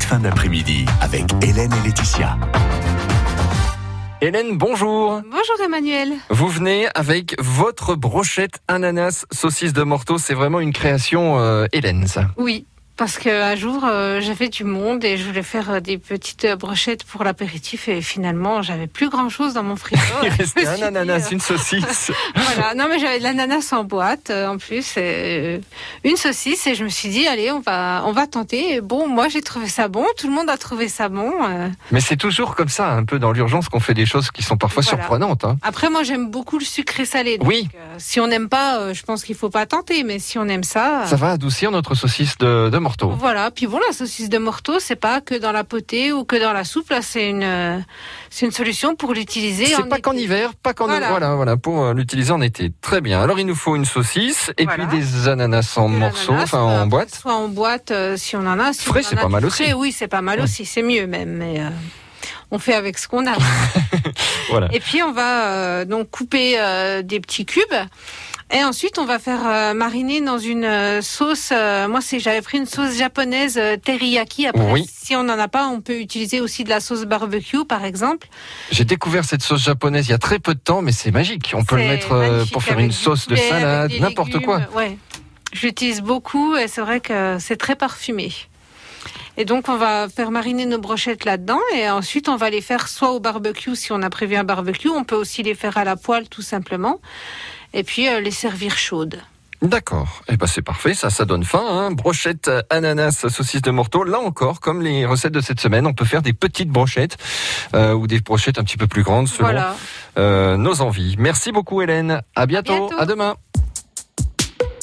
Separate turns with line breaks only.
fin d'après-midi avec Hélène et Laetitia.
Hélène, bonjour.
Bonjour Emmanuel.
Vous venez avec votre brochette ananas saucisse de morteau. C'est vraiment une création euh, Hélène, ça.
Oui, parce qu'un jour euh, j'avais du monde et je voulais faire euh, des petites euh, brochettes pour l'apéritif et finalement j'avais plus grand chose dans mon frigo.
Il restait
me
un
suis dit,
ananas,
euh,
une saucisse.
voilà, non mais j'avais de l'ananas en boîte euh, en plus, et, euh, une saucisse et je me suis dit allez on va on va tenter. Et bon moi j'ai trouvé ça bon, tout le monde a trouvé ça bon. euh.
Mais c'est toujours comme ça, un peu dans l'urgence, qu'on fait des choses qui sont parfois
Voilà.
surprenantes. hein.
Après moi j'aime beaucoup le sucré salé. donc,
Oui.
euh, si on n'aime pas, euh, je pense qu'il faut pas tenter, mais si on aime ça.
Ça va adoucir notre saucisse de, de morteau.
Voilà, puis bon, la saucisse de morteau, c'est pas que dans la potée ou que dans la soupe, là, c'est une, euh, c'est une solution pour l'utiliser. en
C'est pas
été.
qu'en hiver, pas qu'en
Voilà.
voilà, voilà, pour euh, l'utiliser en été. Très bien. Alors il nous faut une saucisse et
Voilà.
puis des ananas en
De
morceaux,
l'ananas,
enfin en
euh,
boîte.
Soit en boîte, euh, si on en a. Si
Frais,
on en
c'est
a
pas
du
mal
frais,
aussi.
Oui, c'est pas mal
Ouais.
aussi, c'est mieux même, mais euh, on fait avec ce qu'on a.
Voilà.
Et puis on va euh, donc couper euh, des petits cubes. Et ensuite, on va faire euh, mariner dans une euh, sauce. euh, moi, c'est j'avais pris une sauce japonaise euh, teriyaki. Après,
Oui.
si on n'en a pas, on peut utiliser aussi de la sauce barbecue, par exemple.
J'ai découvert cette sauce japonaise il y a très peu de temps, mais c'est magique. On peut le
C'est
mettre euh,
magnifique,
pour faire
avec
une
du
sauce de
poulet, avec
salade,
des
n'importe
légumes.
quoi.
Ouais. J'utilise beaucoup et c'est vrai que c'est très parfumé. Et donc on va faire mariner nos brochettes là-dedans et ensuite on va les faire soit au barbecue si on a prévu un barbecue, on peut aussi les faire à la poêle tout simplement et puis euh, les servir chaudes.
D'accord. Eh ben c'est parfait, ça, ça donne faim. Hein. Brochette, euh, ananas, saucisse de morteau. Là encore, comme les recettes de cette semaine, on peut faire des petites brochettes euh, ou des brochettes un petit peu plus grandes selon
Voilà.
euh, nos envies. Merci beaucoup, Hélène. À bientôt.
bientôt.
à demain.